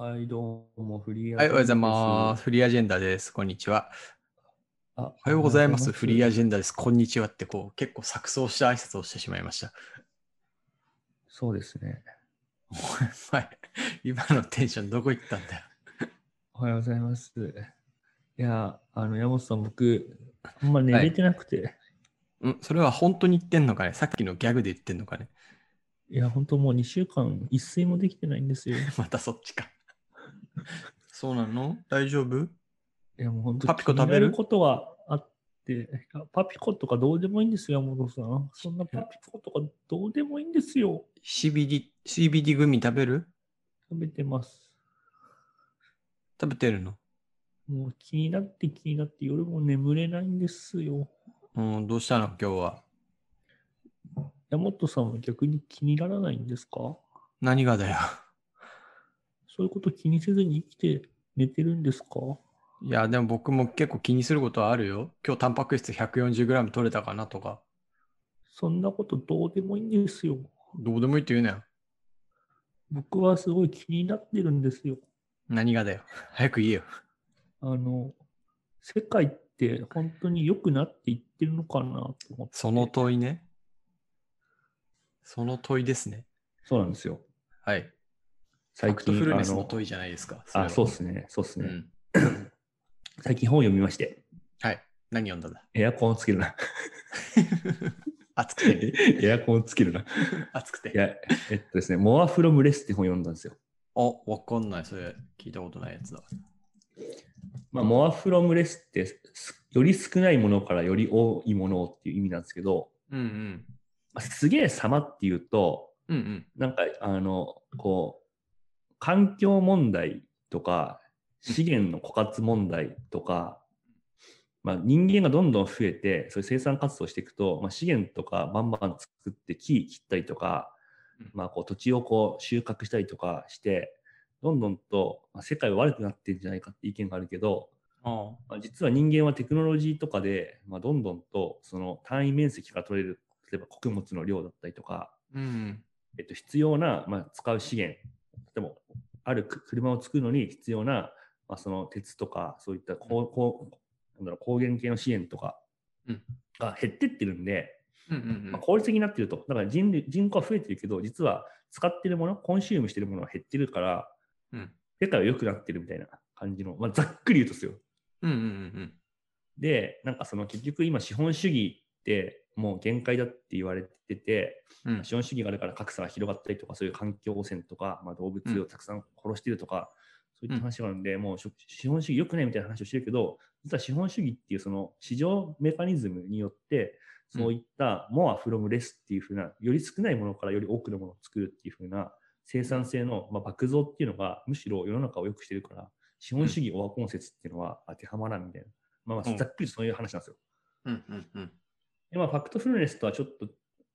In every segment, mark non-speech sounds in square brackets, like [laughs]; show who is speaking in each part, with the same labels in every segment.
Speaker 1: はい、どうも、フリー
Speaker 2: はい、おはようございます。フリーアジェンダです。こんにちは。
Speaker 1: す。お
Speaker 2: おはようございます。フリーア
Speaker 1: ジ
Speaker 2: ジェンダです。こんにちはって、こう、結構錯綜した挨拶をしてしまいま [laughs] した。
Speaker 1: そうですね。
Speaker 2: はい。今のテンションどこ行ったんだよ。
Speaker 1: おはようございます。いや、あの、山本さん、僕、あんま寝
Speaker 2: は
Speaker 1: れ
Speaker 2: い
Speaker 1: てなくて、い、
Speaker 2: うん、それは本当に言ってんのかねさっきのギャグで言ってんのかね
Speaker 1: や、本当もう2週間、一睡もできてないんですよ。い
Speaker 2: [laughs] またそっちか。そうなの大丈夫
Speaker 1: や、もう本当
Speaker 2: パピコ食べる
Speaker 1: 気になことはあって、いやパピコとかどうでもいいんですよ、山本さん。そんなパピコとかどうでもいいんですよ。
Speaker 2: ?CBD、CBD グミ食べる
Speaker 1: 食べてます。
Speaker 2: 食べてるの
Speaker 1: もう気になって気になって夜も眠れないんですよ。
Speaker 2: うん、どうしたの今日は。
Speaker 1: 山本さんは逆に気にならないんですか
Speaker 2: 何がだよ。
Speaker 1: そういうこと気にせずに生きて寝てるんですか
Speaker 2: いや、でも僕も結構気にすることはあるよ。今日タンパク質 140g 取れたかなとか。
Speaker 1: そんなことどうでもいいんですよ。
Speaker 2: どうでもいいって言うなよ。
Speaker 1: 僕はすごい気になってるんですよ。
Speaker 2: 何がだよ。 [laughs] 早く言えよ。
Speaker 1: あの、世界って本当に良くなっていってるのかなと思って。
Speaker 2: その問いね。その問いですね。
Speaker 1: そうなんですよ。
Speaker 2: はい。
Speaker 1: 最
Speaker 2: ファクト
Speaker 1: 近
Speaker 2: フルネスの
Speaker 1: あ
Speaker 2: 問いじゃないですか。
Speaker 1: のあ、そう
Speaker 2: う
Speaker 1: ですね。そうです
Speaker 2: う
Speaker 1: ね、
Speaker 2: ん。
Speaker 1: 最近本読みまして。
Speaker 2: はい。何読んだんだ
Speaker 1: エアコンをつけるな。 [laughs]
Speaker 2: 熱くて。
Speaker 1: エアコンをつけるな。い
Speaker 2: 熱くて。
Speaker 1: や、えっとですね、モアフロムレスって本読んだんですよ。
Speaker 2: お、わかんない。それ聞いたことないやつだ。
Speaker 1: まあ、モアフロムレスってすより少ないものからより多いものをっていう意味なんですけど、
Speaker 2: うんうん。
Speaker 1: まあすげえ様っていうと、
Speaker 2: うんうん。
Speaker 1: なんか、あの、こう、環境問題とか、資源の枯渇問題とか、まあ、人間がどんどん増えて、そういう生産活動していくと、まあ、資源とかバンバン作って木切ったりとか
Speaker 2: うん、
Speaker 1: まあ、こう土地をこう収穫したりとかして、どんどんとまあ世界は悪くなってんじゃないかって意見があるけど、
Speaker 2: あ
Speaker 1: まあ、実は人間はテクノロジーとかで、まあ、どんどんとその単位面積が取れる、例えば穀物の量だったりとか、
Speaker 2: うんうん。
Speaker 1: えっと、必要な、まあ、使う資源、でも、あるく車を作るのに必要な、まあ、その鉄とか、そういった高高なんだろう光原系の資源とか
Speaker 2: うん
Speaker 1: が減ってってるんで、
Speaker 2: うんうんう
Speaker 1: まあ、
Speaker 2: ん。
Speaker 1: 効率的になってると。だから人類人口は増えてるけど、実は使ってるもの、コンシュームしてるものは減ってるから、
Speaker 2: うん
Speaker 1: 世界は良くなってるみたいな感じの、まあ、ざっくり言うとですよ。
Speaker 2: うんうんうん
Speaker 1: で、なんかその結局今資本主義ってもう限界だって言われてて、
Speaker 2: うん。うん
Speaker 1: 資本主義があるから格差が広がったりとか、そういう環境汚染とか、まあ、動物をたくさん殺してるとか、そういった話があるんで、もうしょ資本主義良くないみたいな話をしてるけど、実は資本主義っていうその市場メカニズムによって、そういったモアフロムレスっていうふうな、より少ないものからより多くのものを作るっていうふうな生産性の、まあ、爆増っていうのが、むしろ世の中を良くしてるから、資本主義オアコン説っていうのは当てはまらんみたいな。まあま
Speaker 2: う
Speaker 1: あ、
Speaker 2: ん
Speaker 1: ざっくりそういう話なんですよ。
Speaker 2: うんうん
Speaker 1: でまあ、ファクトフルネスとはちょっと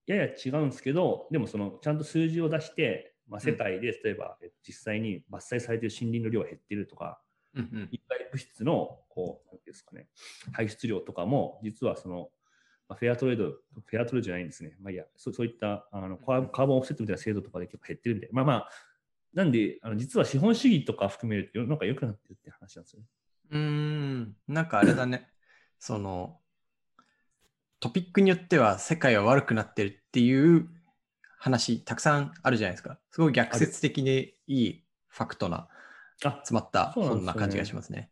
Speaker 1: やや違うんですけど、でもそのちゃんと数字を出して、まあ、世界で例えばえ実際に伐採されている森林の量が減ってるとか、
Speaker 2: うんうん。
Speaker 1: 一体物質のこうなんていうんですか、ね、排出量とかも、実はその、まあ、フェアトレード、フェアトレードじゃないんですね、まあ、いやそうそういったあのカーカーボンオフセットみたいな制度とかで結構減ってるみたいな、まあまあ、なんで、あの実は資本主義とか含めると、なんか良くなってるって話なんですよね。
Speaker 2: うーん、なんかあれだね。その、トピックによっては世界は悪くなってるっていう話、たくさんあるじゃないですか。すごい逆説的にいいファクトな、
Speaker 1: あ
Speaker 2: 詰まった、
Speaker 1: そうなんです
Speaker 2: そ
Speaker 1: よね
Speaker 2: んな感じがしますね。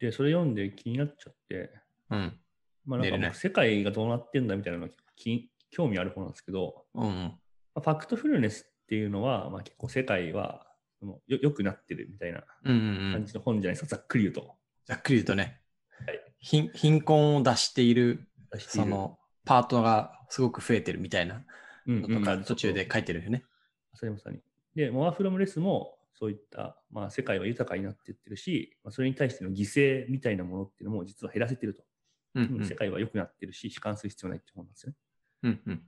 Speaker 1: で、それ読んで気になっちゃって、
Speaker 2: うん。
Speaker 1: まあ、な
Speaker 2: 寝
Speaker 1: ん
Speaker 2: れ
Speaker 1: か
Speaker 2: ない
Speaker 1: 僕世界がどうなってんだみたいなのが気興味ある方なんですけど、
Speaker 2: うんうん。
Speaker 1: まあファクトフルネスっていうのは、まあ、結構世界はそのよ良くなってるみたいな
Speaker 2: うんうんう
Speaker 1: 感
Speaker 2: ん。
Speaker 1: じの本じゃないですか、ざっくり言うと。
Speaker 2: ざっくり言うとね、
Speaker 1: はい
Speaker 2: 貧貧困を出している、そ
Speaker 1: している、
Speaker 2: の、パートがすごく増えてるみたいな
Speaker 1: うん
Speaker 2: のと
Speaker 1: う
Speaker 2: か、
Speaker 1: ん
Speaker 2: 途中で書いてるよね。
Speaker 1: そうまさに。で、モアフロムレスも、そういった、まあ、世界は豊かになっていってるし、まあ、それに対しての犠牲みたいなものっていうのも実は減らせてると。
Speaker 2: うんう
Speaker 1: 世
Speaker 2: ん。
Speaker 1: 界は良くなってるし、悲観する必要ないって本なんですよね。
Speaker 2: うんうん。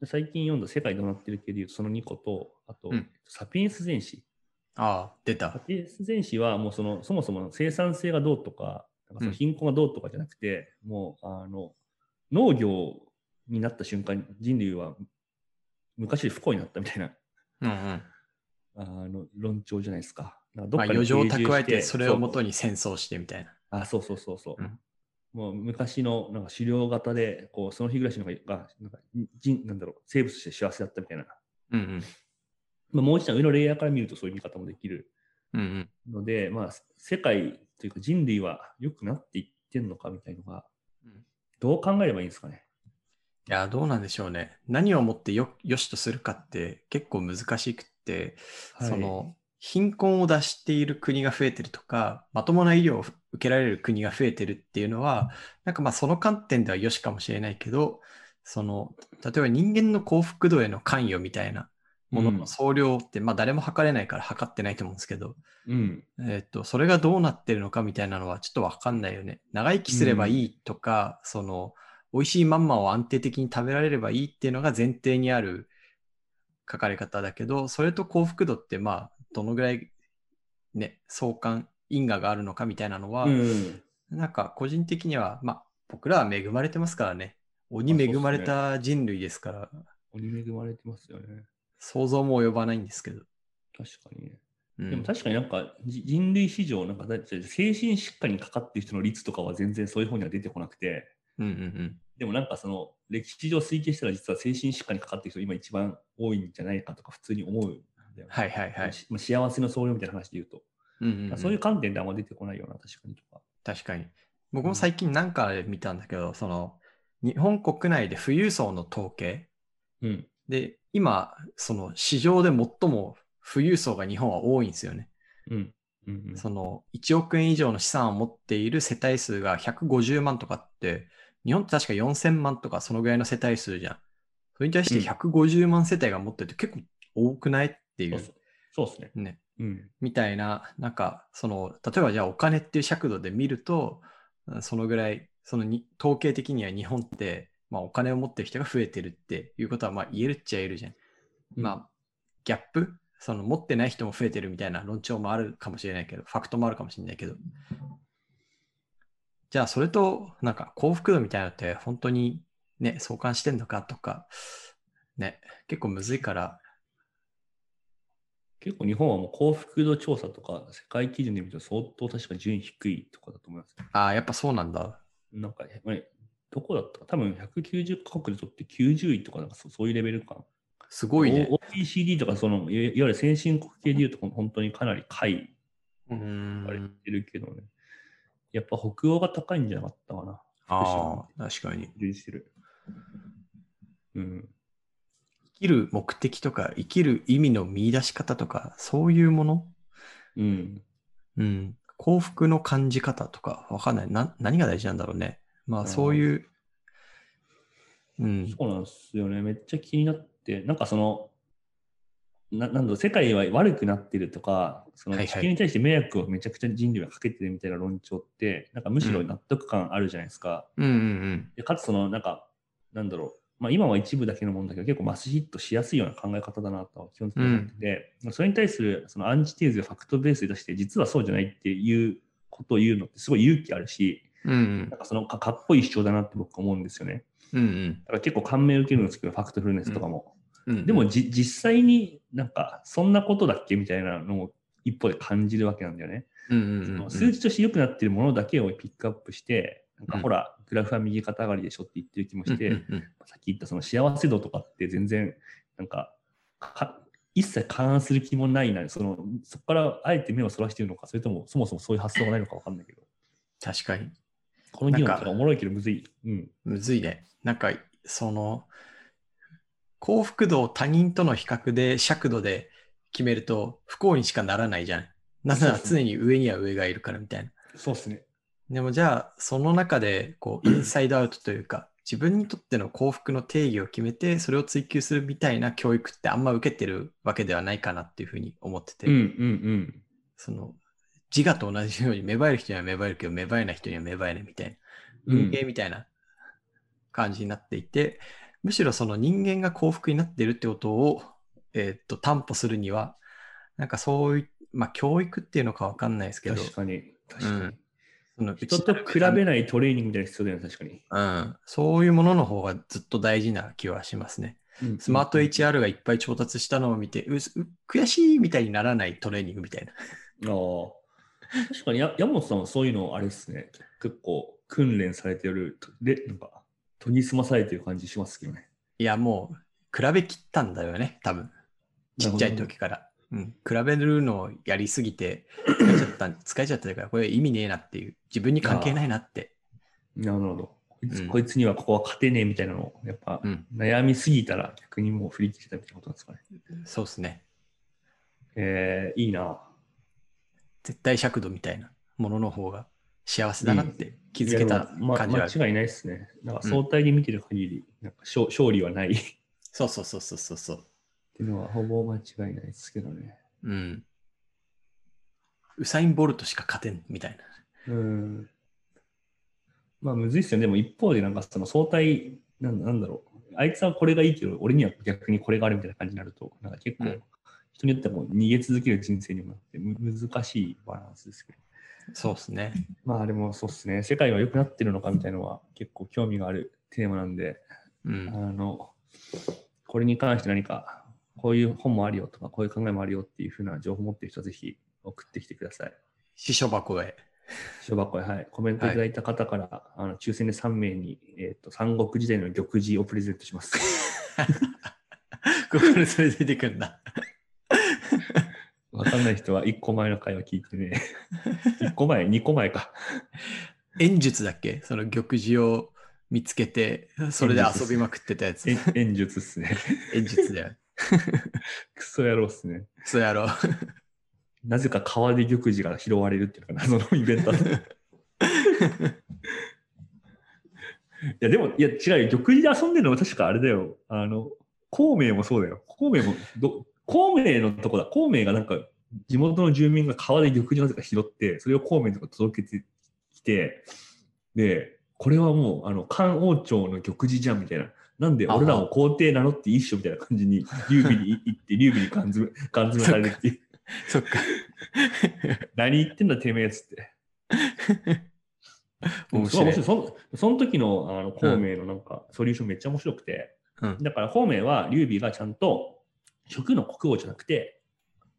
Speaker 1: で最近読んだ世界どうなってる系でいうと、その2個と、あと、
Speaker 2: うん
Speaker 1: サピエンス全史。
Speaker 2: ああ、出
Speaker 1: サ
Speaker 2: た。
Speaker 1: ピエンス全史はもうそのそもそもの生産性がどうとか、なんかそ
Speaker 2: うん
Speaker 1: の貧困がどうとかじゃなくて、もうあの農業になった瞬間、人類は昔より不幸になったみたいな
Speaker 2: うんうん。
Speaker 1: あの論調じゃないですか。なんか
Speaker 2: まあ、余剰
Speaker 1: 定住して
Speaker 2: 蓄えて、それをもとに戦争してみたいな。
Speaker 1: あ、そうそうそうそう。
Speaker 2: うん
Speaker 1: もう昔のなんか狩猟型で、こうその日暮らしの方が、なんか人なんだろう、生物として幸せだったみたいな。
Speaker 2: うん
Speaker 1: まあ、もう一段上のレイヤーから見るとそういう見方もできる
Speaker 2: うん。うん
Speaker 1: ので、まあ、世界というか人類は良くなっていってんのかみたいのが
Speaker 2: うん、
Speaker 1: どう考えればいいんですかね。
Speaker 2: いや、どうなんでしょうね。何をもってよよしとするかって結構難しくって、
Speaker 1: はい
Speaker 2: その貧困を出している国が増えてるとか、まともな医療を受けられる国が増えてるっていうのは、なんかまあその観点ではよしかもしれないけど、その例えば人間の幸福度への関与みたいなもの
Speaker 1: う
Speaker 2: の
Speaker 1: ん
Speaker 2: 総量って、まあ誰も測れないから測ってないと思うんですけど、
Speaker 1: うん。
Speaker 2: えっと、それがどうなってるのかみたいなのはちょっとわかんないよね。長生きすればいいとか、その、美味しいまんまを安定的に食べられればいいっていうのが前提にある書かれ方だけど、それと幸福度ってまあ、どのぐらいね、相関、因果があるのかみたいなのは、
Speaker 1: うん、
Speaker 2: なんか個人的には、まあ、僕らは恵まれてますからね。鬼
Speaker 1: まあ
Speaker 2: 恵まれ
Speaker 1: そうっすね
Speaker 2: た人類ですから、
Speaker 1: 鬼恵まれてますよね。
Speaker 2: 想像も及ばないんですけど。
Speaker 1: 確かにね。
Speaker 2: うん
Speaker 1: でも確かになんかじ人類史上、なんかだって精神疾患にかかってる人の率とかは全然そういう方には出てこなくて、
Speaker 2: うんうんうん。
Speaker 1: でもなんかその歴史上推計したら実は精神疾患にかかってる人今一番多いんじゃないかとか普通に思うんだよね。
Speaker 2: はいはいはい。
Speaker 1: しまあ幸せの総量みたいな話で言うと、
Speaker 2: うんうんうん
Speaker 1: そういう観点であんま出てこないような確かにとか。
Speaker 2: 確かに。僕も最近なんかで見たんだけど、その、日本国内で富裕層の統計
Speaker 1: うん。
Speaker 2: で、今、その市場で最も富裕層が日本は多いんですよね。
Speaker 1: うん。うんうん、
Speaker 2: その1億円以上の資産を持っている世帯数が150万とかって、日本って確か4000万とかそのぐらいの世帯数じゃん。それに対して150万世帯が持ってるって結構多くないってい
Speaker 1: そううそうそうですね。
Speaker 2: ね。
Speaker 1: うん。
Speaker 2: みたいな、なんか、その、例えばじゃあお金っていう尺度で見ると、うんそのぐらい、そのに統計的には日本って、まあお金を持ってる人が増えてるっていうことは、まあ言えるっちゃ言えるじゃん。まあ、ギャップその持ってない人も増えてるみたいな論調もあるかもしれないけど、ファクトもあるかもしれないけど。じゃあ、それと、なんか幸福度みたいなのって本当にね、相関してんのかとか、ね、結構むずいから、
Speaker 1: 結構日本はもう幸福度調査とか世界基準で見ると相当確か順位低いとかだと思います。
Speaker 2: ああ、やっぱそうなんだ。
Speaker 1: なんか、まあどこだったか多分190カ国で取って90位とかなんかそうそういうレベル感。
Speaker 2: すごいね。
Speaker 1: O- OECD とかそのいわいわゆる先進国系でいうとほん本当にかなり下位
Speaker 2: うー
Speaker 1: あれ言っ
Speaker 2: ん。
Speaker 1: てるけどね、やっぱ北欧が高いんじゃなかったかな
Speaker 2: ああ、確かに。生
Speaker 1: 順位してるうん
Speaker 2: きる目的とか、生きる意味の見出し方とか、そういうもの、
Speaker 1: うん
Speaker 2: うん、幸福の感じ方とか、わかんない。な何が大事なんだろうね。ま
Speaker 1: う
Speaker 2: あ、
Speaker 1: ん
Speaker 2: そういう、うん、
Speaker 1: そうなんですよねめっちゃ気になってなんかそのななんだろう世界は悪くなってるとかそ
Speaker 2: は
Speaker 1: の
Speaker 2: いはい
Speaker 1: 地球に対して迷惑をめちゃくちゃ人類はかけてるみたいな論調って、なんかむしろ納得感あるじゃないですか、
Speaker 2: うん、うん、
Speaker 1: でかつそのなんかなんだろう、まあ、今は一部だけのものだけど結構マスヒットしやすいような考え方だなとは基本的に思ってて、それに対するそのアンチテーゼをファクトベースで出して実はそうじゃないっていうことを言うのってすごい勇気あるし
Speaker 2: うん、うん
Speaker 1: なんかそのかかっこいい主張だなって僕は思うんですよね
Speaker 2: うん、うん
Speaker 1: だから結構感銘を受けるんですけどファクトフルネスとかも、
Speaker 2: うん。
Speaker 1: でも、じ実際になんかそんなことだっけみたいなのを一方で感じるわけなんだよね
Speaker 2: うん、うん
Speaker 1: そ
Speaker 2: うん、うん。
Speaker 1: の数値として良くなってるものだけをピックアップして、なん
Speaker 2: う
Speaker 1: か
Speaker 2: ん
Speaker 1: ほら、グラフは右肩上がりでしょって言ってる気もして、
Speaker 2: うんうん
Speaker 1: さっき言ったその幸せ度とかって全然、なんかか一切勘案する気もないな、そのそこからあえて目をそらしてるのか、それともそもそもそういう発想がないのか分かんないけど、
Speaker 2: 確かに。
Speaker 1: この議論と
Speaker 2: なんか
Speaker 1: かおもろいけどむずい。うん。
Speaker 2: むずいね。なんか、その、幸福度を他人との比較で、尺度で決めると、不幸にしかならないじゃん。なぜなら
Speaker 1: そうそう
Speaker 2: 常に上には上がいるからみたいな。
Speaker 1: そうですね。
Speaker 2: でもじゃあ、その中で、こう、インサイドアウトというか、自分にとっての幸福の定義を決めて、それを追求するみたいな教育ってあんま受けてるわけではないかなっていうふうに思ってて、
Speaker 1: うんうん
Speaker 2: その、自我と同じように芽生える人には芽生えるけど、芽生えない人には芽生えないみたい
Speaker 1: う
Speaker 2: な。
Speaker 1: ん。
Speaker 2: 運営みたいな感じになっていて、むしろその人間が幸福になっているってことを、えーっと担保するには、なんかそういう、まあ教育っていうのかわかんないですけど、
Speaker 1: 確かに。確かに。
Speaker 2: うんその
Speaker 1: 人と比べないトレーニングみたいな必要だよね、確かに。
Speaker 2: うん、そういうものの方がずっと大事な気はしますね。
Speaker 1: うん
Speaker 2: スマート HR がいっぱいうがいっぱい調達したのを見て、うう悔しいみたいにならないトレーニングみたいな。
Speaker 1: ああ。確かにや山本さんはそういうのあれですね。結構訓練されてる、で、なんか、研ぎ澄まされてる感じしますけどね。
Speaker 2: いや、もう、比べきったんだよね、多分。ちっちゃい時から。うん。比べるのをやりすぎて、疲れちゃった、
Speaker 1: [coughs]
Speaker 2: 疲れちゃったというか、これ意味ねえなっていう、自分に関係ないなって。
Speaker 1: なるほど。こいつ,、
Speaker 2: うん
Speaker 1: こいつにはここは勝てねえみたいなのを、やっぱ
Speaker 2: うん。
Speaker 1: 悩みすぎたら逆にもう振り切れたみたいなことなんですかね。
Speaker 2: そうですね。
Speaker 1: えー、いいな。
Speaker 2: 絶対尺度みたいなものの方が幸せだなって気づけた
Speaker 1: いやでもま
Speaker 2: 感じはある。
Speaker 1: 間違いないですね。なんか相対に見てる限り、なんか勝勝利はない [laughs] っ
Speaker 2: そうそうそうそうそうそう。
Speaker 1: ていうのはほぼ間違いないですけどね。
Speaker 2: うん。ウサイン・ボルトしか勝てんみたいな。
Speaker 1: うん。まあ、むずいっすよね。でも一方で、なんかその相対なん、なんだろう。あいつはこれがいいけど、俺には逆にこれがあるみたいな感じになると、なんか結構
Speaker 2: うん、
Speaker 1: 人によってはもう逃げ続ける人生にもなって、む難しいバランスですけど。
Speaker 2: そうですね。
Speaker 1: まあ、でもそうっすね。世界は良くなってるのかみたいなのは結構興味があるテーマなんで、あ
Speaker 2: うん。
Speaker 1: の、これに関して何か、こういう本もあるよとか、こういう考えもあるよっていうふうな情報を持ってる人はぜひ送ってきてください。
Speaker 2: 師匠箱へ。 [laughs]
Speaker 1: 小学校へはい、コメントいただいた方から、あの抽選で3名に、えーと、三国時代の玉璽をプレゼントします。 [laughs]
Speaker 2: ここにそれ出てくんだ。
Speaker 1: わかんない人は1個前の回を聞いて [laughs] ね。1個前、2個前か。
Speaker 2: 演術だっけその玉璽を見つけて、それで遊びまくってたやつ
Speaker 1: え。演術っすね。
Speaker 2: 演術だよ。
Speaker 1: クソ野郎っすね。
Speaker 2: そうやろ。 [laughs]
Speaker 1: なぜか川で玉璽が拾われるっていうのが謎のイベントあった。いや、でも、いや、違うよ。玉璽で遊んでるのは確かあれだよ。あの、孔明もそうだよ。孔明もど、孔明のとこだ。孔明がなんか、地元の住民が川で玉璽をなぜか拾って、それを孔明とか届けてきて、で、これはもう、あの、漢王朝の玉璽じゃんみたいな。なんで、俺らを皇帝名乗って一緒みたいな感じに、劉備に行って、劉備に缶詰、缶詰されるっていう。
Speaker 2: そっか。
Speaker 1: 何言ってんだてめえっつって。
Speaker 2: [laughs] 面
Speaker 1: そう
Speaker 2: 白
Speaker 1: 面白
Speaker 2: い
Speaker 1: い。。そのその時のあの孔明のなんかソリューションめっちゃ面白くて、
Speaker 2: うん
Speaker 1: だから孔明は劉備がちゃんと食の国王じゃなくて、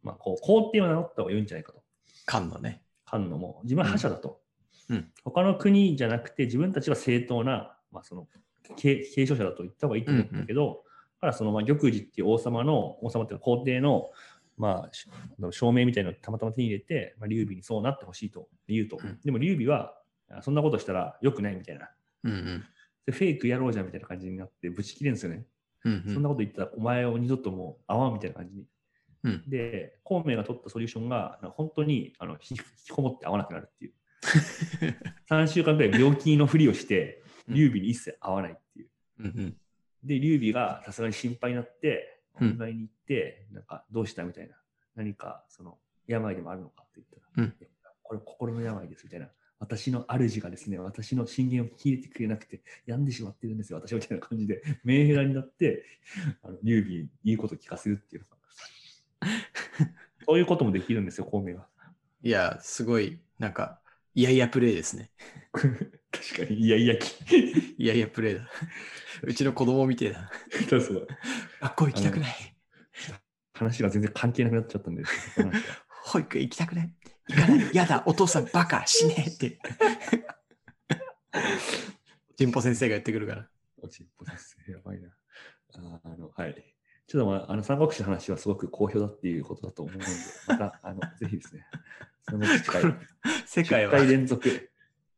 Speaker 1: まあ、こう皇帝を名乗った方が良いんじゃないかと。
Speaker 2: 菅のね。
Speaker 1: 漢のも自分は覇者だと、
Speaker 2: うんうん
Speaker 1: 他の国じゃなくて自分たちは正当な、まあ、その継継承者だと言った方がいいと思ったけど、だからそのまあ玉璽っていう王様の王様っていうか皇帝の、まあし、証明みたいなのをたまたま手に入れて、まあ、劉備にそうなってほしいと言うと、
Speaker 2: うん
Speaker 1: でも劉備はあそんなことしたら良くないみたいな
Speaker 2: うんうん。
Speaker 1: でフェイクやろうじゃんみたいな感じになってぶち切れるんですよね、
Speaker 2: うんうん
Speaker 1: そんなこと言ったらお前を二度ともう会わんみたいな感じに
Speaker 2: うん
Speaker 1: で孔明が取ったソリューションがなんか本当にあのひ引きこもって会わなくなる
Speaker 2: [laughs]
Speaker 1: っていう3週間くらい病気のふりをして
Speaker 2: うん
Speaker 1: 劉備に一切会わないっていう
Speaker 2: うんうん
Speaker 1: で劉備がさすがに心配になってお
Speaker 2: うん
Speaker 1: 見舞いに行って、なんかどうしたみたいな何かその病でもあるのかって言ったら、
Speaker 2: うん
Speaker 1: いやこれ心の病ですみたいな私の主がですね私の信言を聞いてくれなくて病んでしまってるんですよ私はみたいな感じでメンヘラになってあの劉備に言うこと聞かせるっていうのがそういうこともできるんですよ孔明が
Speaker 2: いや、すごい、なんか、いやいやプレイですね。
Speaker 1: [laughs] 確かにいやいやき [laughs]
Speaker 2: いやいやプレイだ。 [laughs] うちの子供みてえだ。 [laughs]
Speaker 1: そうそう
Speaker 2: 学校行きたくない。
Speaker 1: 話が全然関係なくなっちゃったんですけど
Speaker 2: 保育園行きたくない。行かない。やだ、お父さんバカ、死ねえって。ジンポ先生がやってくるから。
Speaker 1: おちっぽです。やばいな。ああの、はい。ちょっとまあ、あの、三国志の話はすごく好評だっていうことだと思うので、また、 [laughs] あの、ぜひですね、三国志会
Speaker 2: この、世界
Speaker 1: 10
Speaker 2: は
Speaker 1: 回、連続、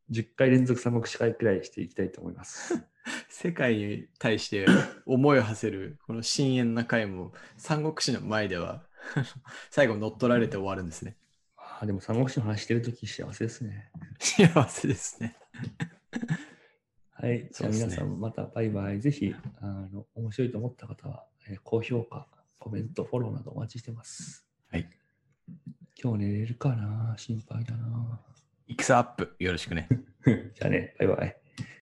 Speaker 1: 10回連続三国志会くらいしていきたいと思います。
Speaker 2: 世界に対して思いを馳せる、この深淵な回も、三国志の前で [laughs] は、最後乗っ取られて終わるんですね。
Speaker 1: ああ、でも三国志の話してるとき幸せですね。
Speaker 2: 幸せですね。
Speaker 1: はい。じゃあ
Speaker 2: そうですね
Speaker 1: 皆さん、またバイバイ。ぜひ、あの、面白いと思った方は、えー高評価、コメント、フォローなどお待ちしてます。
Speaker 2: はい。
Speaker 1: 今日寝れるかな心配だな。
Speaker 2: [laughs] 戦アップ、よろしくね。
Speaker 1: じゃあね、バイバイ。